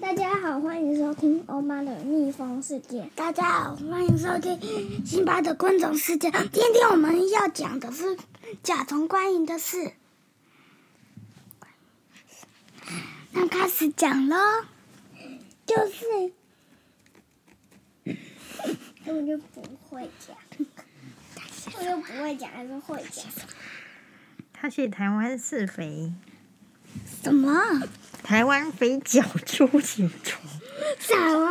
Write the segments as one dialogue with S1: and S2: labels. S1: 大家好，欢迎收听欧妈的蜜蜂世界。
S2: 大家好，欢迎收听辛巴的昆虫世界。今天我们要讲的是甲虫观音的事。那开始讲喽，
S1: 就是， 根本就不会讲，我又不会讲，还是会讲。
S3: 它去台湾是肥，
S2: 什么？
S3: 台湾肥脚猪形 虫，
S2: 什么？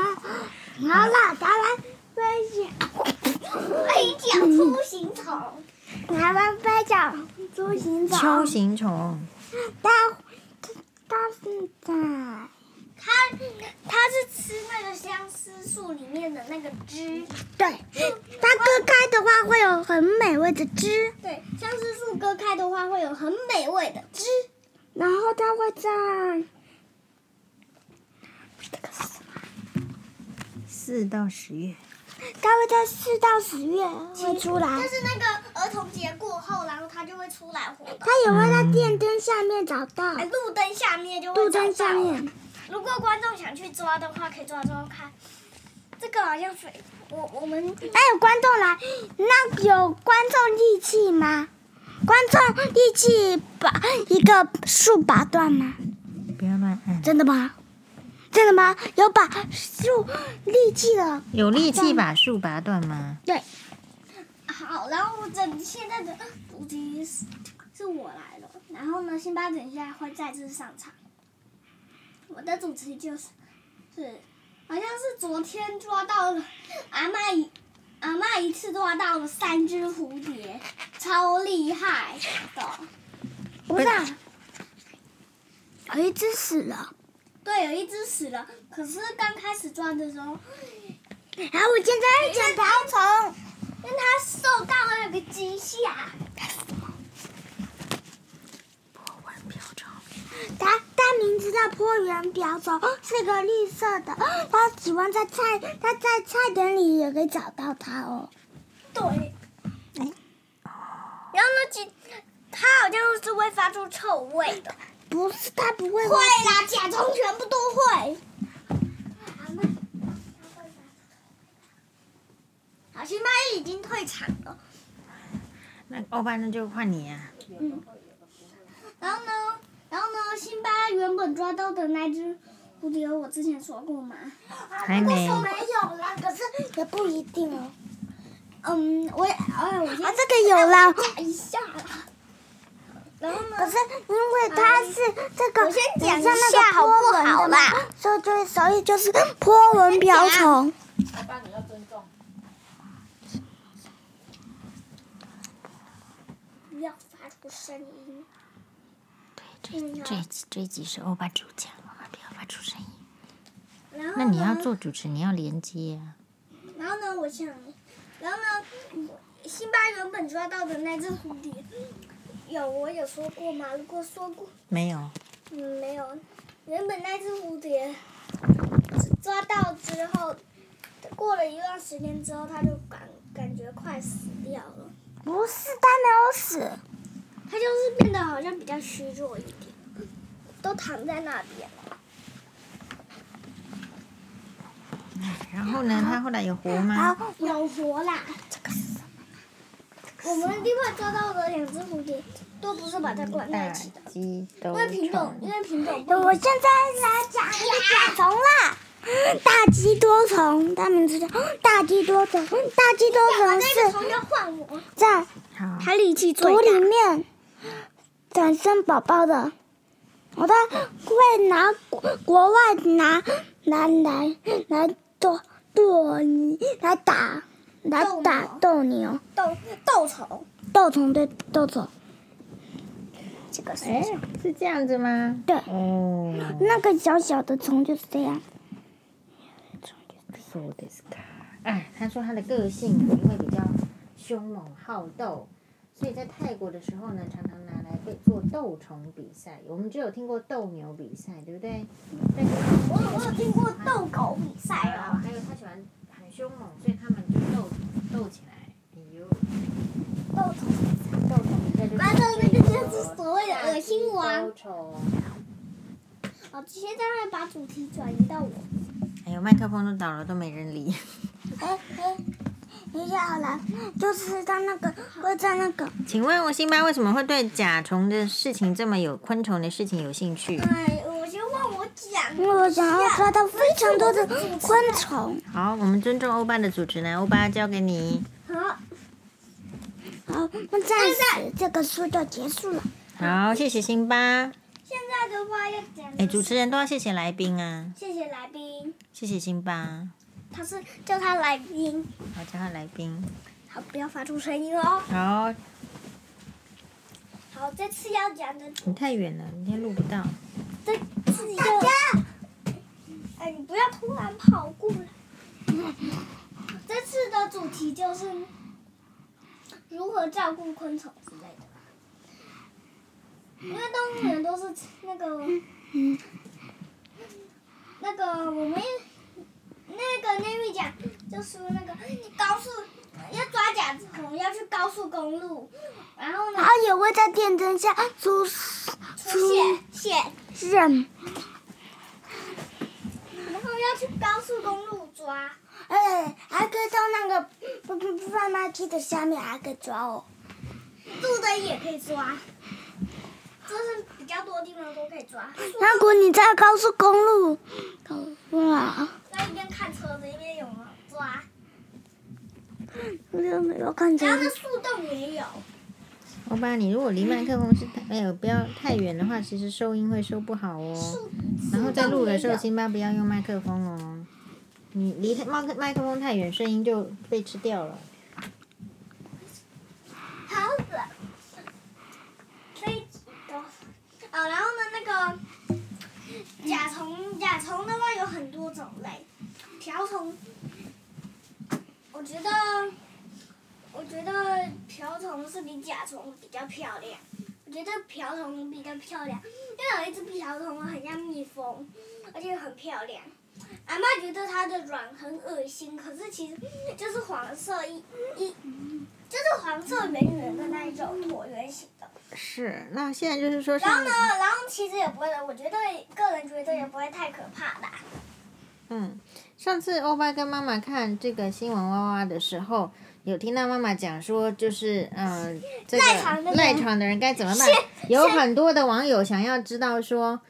S2: 好了，台湾飞脚，
S1: 飞脚出行 虫，
S2: 台湾飞脚猪形虫，
S3: 丘形虫，
S2: 它它是在
S1: 它它是吃那个相思树里面的那个汁。
S2: 对，它割开的话会有很美味的汁，
S1: 对，相思树割开的话会有很美味的汁。
S2: 然后它会在
S3: 四到十月，
S2: 它会在四到十月会出来，
S1: 就是那个儿童节过后，然后它就会出来活动。
S2: 它也会在电灯下面找到，
S1: 哎，路灯下面就会
S2: 路灯
S1: 找
S2: 下
S1: 到了
S2: 面。
S1: 如果观众想去抓的话，可以抓抓看。这个好像水，我我们
S2: 哎那有观众来，那有观众力气吗？观众力气把一个树拔断吗？
S3: 不要乱按，
S2: 真的吗？真的吗？有把树力气的，
S3: 有力气把树拔断吗？
S2: 对，
S1: 好，然后我整现在的主题是是我来了，然后呢，辛巴等一下会再次上场。我的主题就是是好像是昨天抓到了阿妈一阿妈一次抓到了三只蝴蝶，超厉害的。
S2: 不是、啊，有一只死了。
S1: 对，有一只死了，可是刚开始抓的时候，
S2: 然后我现在要讲瓢虫，
S1: 因为它受到了那个惊吓。
S2: 它它名字叫坡原瓢虫，是个绿色的，它喜欢在菜，它在菜园里也可以找到它哦。
S1: 对。然后呢，其它好像是会发出臭味的。
S2: 不是，它不会
S1: 会啦，甲虫全部都会。好，辛巴已经退场了。
S3: 那欧巴那就换你啊，
S1: 然后呢，然后呢，辛巴原本抓到的那只蝴蝶，我之前说过吗？
S3: 还 没，
S2: 有啦，可是也不一定哦。
S1: 嗯，我哎，我先
S2: 啊，这个有啦，可
S1: 讲一下啦。然后呢？
S2: 是因为它是这个，
S1: 我先讲一
S2: 像那个
S1: 下好不
S2: 波纹的
S1: 好
S2: 嘛
S1: 啦？
S2: 所以就是所以就是波纹瓢虫，
S1: 不要发出声音。
S3: 这集这集是欧巴主讲，欧巴不要发出声音。
S1: 然后呢
S3: 那你要做主持，你要连接啊，
S1: 然后呢，我想，然后呢，辛巴原本抓到的那只蝴蝶，有我有说过吗？如果说过，
S3: 没有，
S1: 嗯，没有。原本那只蝴蝶抓到之后，过了一段时间之后，它就感感觉快死掉了，
S2: 不是它没有死，
S1: 它就是变得好像比较虚弱一点，都躺在那边。
S3: 然后呢，他后来有活吗？
S2: 好，
S1: 啊有活啦。我们另外抓到的两只蝴蝶，都不是把它关在
S3: 大
S1: 一起的，
S3: 鸡都
S1: 因为品种，因
S3: 哎虫，
S1: 为品种不
S2: 哎我现在来讲一个甲虫啦，大鸡多虫，它名字叫大鸡多虫。大鸡多虫
S1: 那
S2: 是
S1: 个虫要换哎我，
S2: 在
S3: 好，
S1: 它力气最
S2: 土里面产生宝宝的，我它会拿国国外拿拿来来做做泥来打来打斗牛
S1: 豆豆虫，
S2: 斗虫对斗虫
S1: 这个是
S3: 哎，是这样子吗？
S2: 对
S3: 哦，
S2: 那个小小的虫就是这样。
S3: そうですか。哎，他说他的个性因为比较凶猛好斗，所以在泰国的时候呢，常常拿来被做斗虫比赛。我们只有听过斗牛比赛，对不对？但是
S1: 我我有听过斗狗比赛
S3: 还有
S1: 啊，
S3: 还有他喜欢很凶猛，所以他们就斗斗起来。哎呦，
S1: 豆虫，
S3: 斗虫比赛就
S1: 反正那个就是所谓的恶心王
S3: 斗虫。
S1: 哦，好，现在会把主题转移到我。
S3: 哎呦，麦克风都倒了，都没人理。
S2: 哎哎，等一下好了，就是在那个会在那个
S3: 请问我辛巴为什么会对甲虫的事情这么有昆虫的事情有兴趣？
S1: 哎，我就问我讲
S2: 因为我想要抓到非常多的昆虫。
S3: 好，我们尊重欧巴的主持人，欧巴交给你。
S1: 好，
S2: 好，那暂时这个书就结束了。
S3: 好，谢谢辛巴。
S1: 现在的话要讲。
S3: 哎，主持人都要谢谢来宾啊，
S1: 谢谢来宾，
S3: 谢谢辛巴。
S1: 他是叫他来宾，
S3: 好，叫他来宾。
S1: 好，不要发出声音哦。
S3: 好，
S1: 好，这次要讲的
S3: 你太远了，你今天录不到。
S1: 这次要。大家，哎，你不要突然跑过来。这次的主题就是如何照顾昆虫之类的吧，因为动物园都是那个，那个我们那个那位讲就说那个高速要抓甲子虫要去高速公路，然后呢
S2: 然后也会在电灯下出
S1: 出现现。
S2: 现，
S1: 然后要去高速公路抓，
S2: 哎，还可以到那个不不不贩卖机的下面还可以抓哦。
S1: 路灯也可以抓，就是比较多地方都可以抓。
S2: 那如果你在高速公路，哇，
S1: 那一边看车子一边有人抓，
S2: 我就没有看见
S1: 然。后那树洞也有，
S3: 欧巴，你如果离麦克风是太没有不要太远的话，其实收音会收不好哦。
S1: 树
S3: 然后在录的时候，
S1: 树洞
S3: 辛巴不要用麦克风哦。你离太麦克麦克风太远，声音就被吃掉了。
S1: 也有好冷。所以都哦，然后呢，那个甲虫，甲虫的话有很多种类，瓢虫，我觉得，我觉得瓢虫是比甲虫比较漂亮。我觉得瓢虫比较漂亮，因为有一只瓢虫很像蜜蜂，而且很漂亮。阿妈觉得它的卵很恶心，可是其实就是黄色一一，就是黄色圆圆的那一种椭圆形的。
S3: 是，那现在就是说
S1: 然后呢，然后其实也不会，我觉得个人觉得也不会太可怕啦。
S3: 嗯，上次欧巴跟妈妈看这个新闻哇哇的时候，有听到妈妈讲说，就是呃，这个
S1: 赖床的人
S3: 赖床的人该怎么办？有很多的网友想要知道说，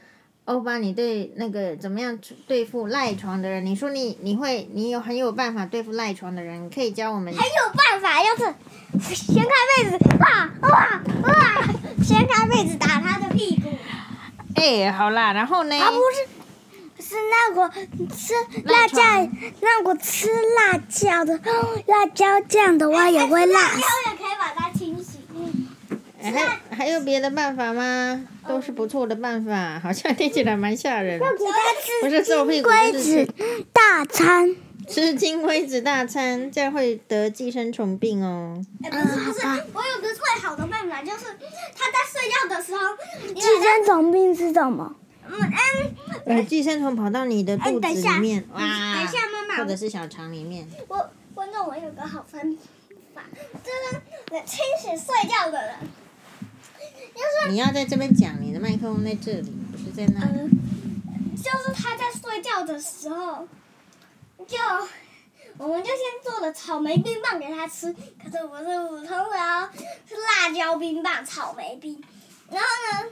S3: 欧巴你对那个怎么样对付赖床的人？你说你你会你有很有办法对付赖床的人，你可以教我们。
S1: 没有办法，要是掀开被子，哇哇哇，掀开被子打他的屁股。
S3: 哎，好啦，然后呢？
S2: 啊，不是，是那个吃辣椒，那个吃辣椒的辣椒酱的话也会辣
S1: 然。后也可以把它清洗。
S3: 哎还还有别的办法吗？都是不错的办法，好像听起来蛮吓人的。
S2: 给他
S3: 不是揍屁
S2: 吃
S3: 股
S2: 龟
S3: 就是
S2: 子大餐。
S3: 吃金龟子大餐，这样会得寄生虫病哦。
S1: 哎，不是不是
S2: 嗯好吧，
S1: 我有个最好的办法，就是他在睡觉的时候，你
S2: 寄生虫病是什么？
S1: 嗯嗯，
S3: 呃，寄生虫跑到你的肚子
S1: 哎等一
S3: 里
S1: 下嗯
S3: 面，哇！
S1: 等一下妈妈
S3: 或者是小肠里面。
S1: 我观众我有个好方法，就是清洗睡觉的人，就是
S3: 你要在这边讲，你的麦克风在这里，不是在那里。
S1: 嗯，就是他在睡觉的时候，就我们就先做了草莓冰棒给他吃，可是不是普通的哦，是辣椒冰棒、草莓冰。然后呢，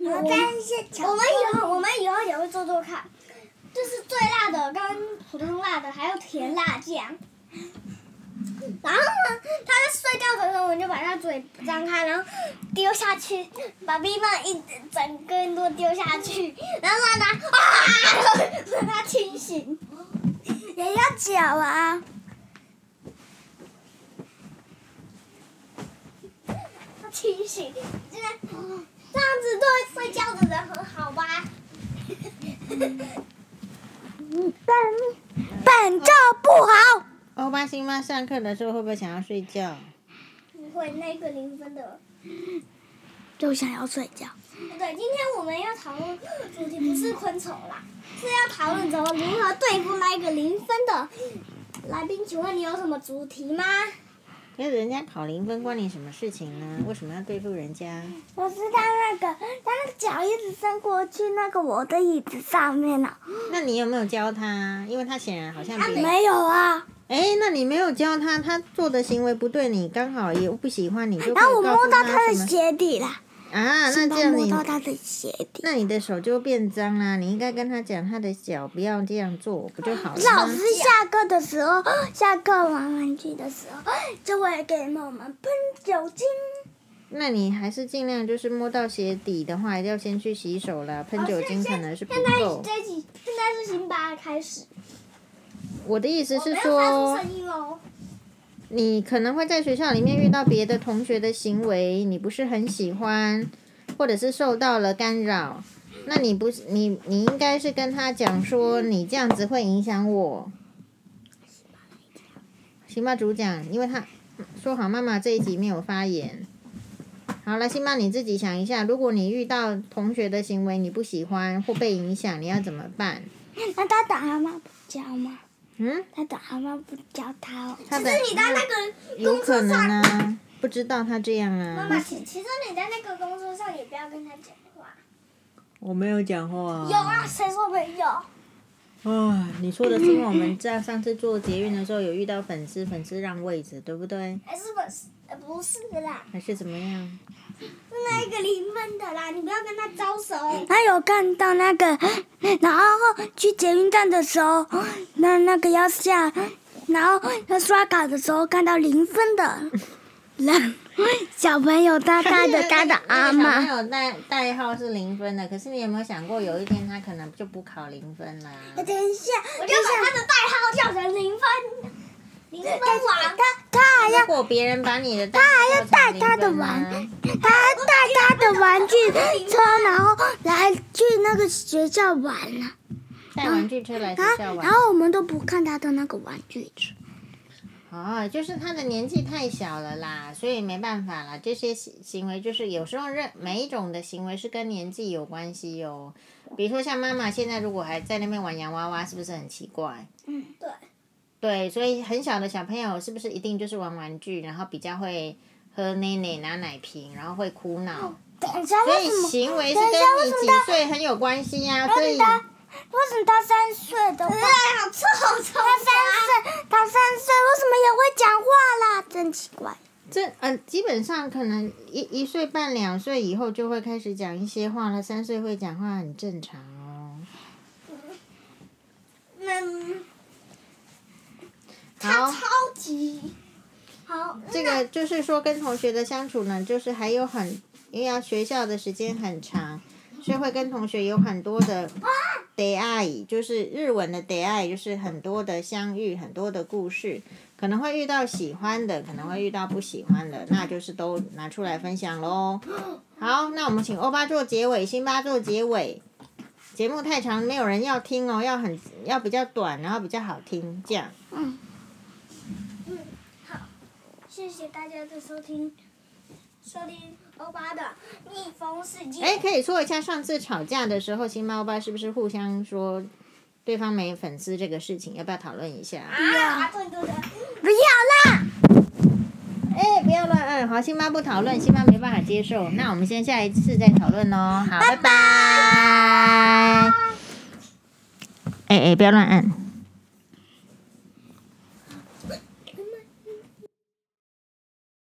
S2: 我
S1: 我
S2: 在一些
S1: 我们以后我们以后也会做做看，就是最辣的跟普通辣的，还有甜辣酱。然后呢，他在睡觉的时候，我们就把他嘴张开，然后丢下去，把冰棒一整根都丢下去，然后让他啊，让他清醒。
S2: 也要搅啊。
S1: 他清醒，这样这样子对睡觉的人很好吧？
S2: 本 本就不好。
S3: 欧巴星妈上课的时候会不会想要睡觉？
S1: 不会，那个零分的。
S2: 就想要睡觉。
S1: 对，今天我们要讨论主题不是昆虫啦，是要讨论怎么如何对付那一个零分的来宾。请问你有什么主题吗？
S3: 可是人家考零分关你什么事情呢？为什么要对付人家？
S2: 我知道那个，他的脚一直伸过去那个我的椅子上面
S1: 啊
S2: 了、
S3: 那你有没有教他？因为他显然好像比
S2: 没有啊。
S3: 哎，那你没有教他，他做的行为不对，你刚好也不喜欢，
S1: 哎
S3: 你就
S2: 然后我
S3: 可以告诉
S2: 摸到他的
S3: 什么
S2: 鞋底了，
S3: 啊，那
S2: 是
S3: 这
S2: 他
S3: 样
S2: 摸
S3: 你
S2: 到他的鞋底。
S3: 那你的手就变脏啦、你应该跟他讲，他的脚不要这样做，不就好了
S2: 老
S3: 吗
S2: 师？下课的时候，下课玩玩具的时候，就会给我们喷酒精。
S3: 那你还是尽量就是摸到鞋底的话，要先去洗手啦。喷酒精可能是不
S1: 哦现在
S3: 够。
S1: 这一集现在是辛巴开始，
S3: 我的意思
S1: 我没
S3: 是
S1: 有发出
S3: 说，
S1: 声音哦。
S3: 你可能会在学校里面遇到别的同学的行为，你不是很喜欢，或者是受到了干扰。那你不是你你应该是跟他讲说，你这样子会影响我。辛巴主讲，因为他说好妈妈这一集没有发言。好了，辛巴你自己想一下，如果你遇到同学的行为你不喜欢或被影响，你要怎么办？
S2: 那他打阿妈不教吗？
S3: 嗯，
S2: 他打阿妈不教他哦。
S3: 他
S1: 其
S3: 的
S1: 实你在那个
S3: 有
S1: 公
S3: 可
S1: 车
S3: 能
S1: 上，
S3: 啊，不知道他这样啊。
S1: 妈妈，其其实你在那个公车上也不要跟他讲话。
S3: 我没有讲话。
S1: 有啊，谁说没有？
S3: 啊，你说的是因为我们在上次做捷运的时候有遇到粉丝，粉丝让位置，对不对？
S1: 还是不是？呃不是啦，
S3: 还是怎么样？
S1: 是那一个零分的啦，你不要跟他招手。
S2: 他有看到那个，然后去捷运站的时候，那那个要下，然后要刷卡的时候看到零分的，让小朋友大大的他的阿
S3: 那
S2: 妈，
S3: 个小朋友代代号是零分的，可是你有没有想过，有一天他可能就不考零分啦？
S2: 等一下，
S1: 我就把他的代号叫成零分，零分王。
S2: 他他还要
S3: 如果别人把你的代
S2: 他
S3: 号
S2: 要带他的玩，他还带他的玩具车，然后来去那个学校玩啊了、
S3: 带玩具车来学
S2: 啊
S3: 校，玩
S2: 然。后我们都不看他的那个玩具车。
S3: 哦，就是他的年纪太小了啦，所以没办法啦。这些行行为就是有时候认每一种的行为是跟年纪有关系哦。比如说像妈妈现在如果还在那边玩洋娃娃，是不是很奇怪？
S1: 嗯，对。
S3: 对，所以很小的小朋友是不是一定就是玩玩具，然后比较会喝奶奶拿奶瓶，然后会哭闹？
S2: 等一下，
S3: 所
S2: 为
S3: 以
S2: 什么？
S3: 行为是
S2: 等
S3: 跟
S2: 一下为
S3: 你
S2: 什么
S3: 几
S2: 他
S3: 岁很有关系呀、所以
S2: 为什么他为什么他三岁的话，
S1: 哎呀，臭臭
S2: 他三岁，他三岁为什么也会讲话啦？真奇怪。
S3: 这呃，基本上可能一一岁半、两岁以后就会开始讲一些话了，三岁会讲话很正常哦。
S1: 嗯，他
S3: 好，
S1: 超级好。
S3: 这个就是说跟同学的相处呢，就是还有很，因为要学校的时间很长，所以会跟同学有很多的 d a i 就是日文的 d a i 就是很多的相遇，很多的故事，可能会遇到喜欢的，可能会遇到不喜欢的，那就是都拿出来分享喽。好，那我们请欧巴做结尾，辛巴做结尾。节目太长，没有人要听哦，要很要比较短，然后比较好听，这样。
S1: 谢谢大家的收听，收听欧巴的逆风世界。
S3: 哎，可以说一下上次吵架的时候，新猫爸是不是互相说对方没粉丝这个事情，要不要讨论一下？
S1: 啊，把最多的
S2: 不要啦！
S3: 哎，不要乱按，好，新妈不讨论，新妈没办法接受。那我们先下一次再讨论哦。好，拜拜。哎哎，不要乱按。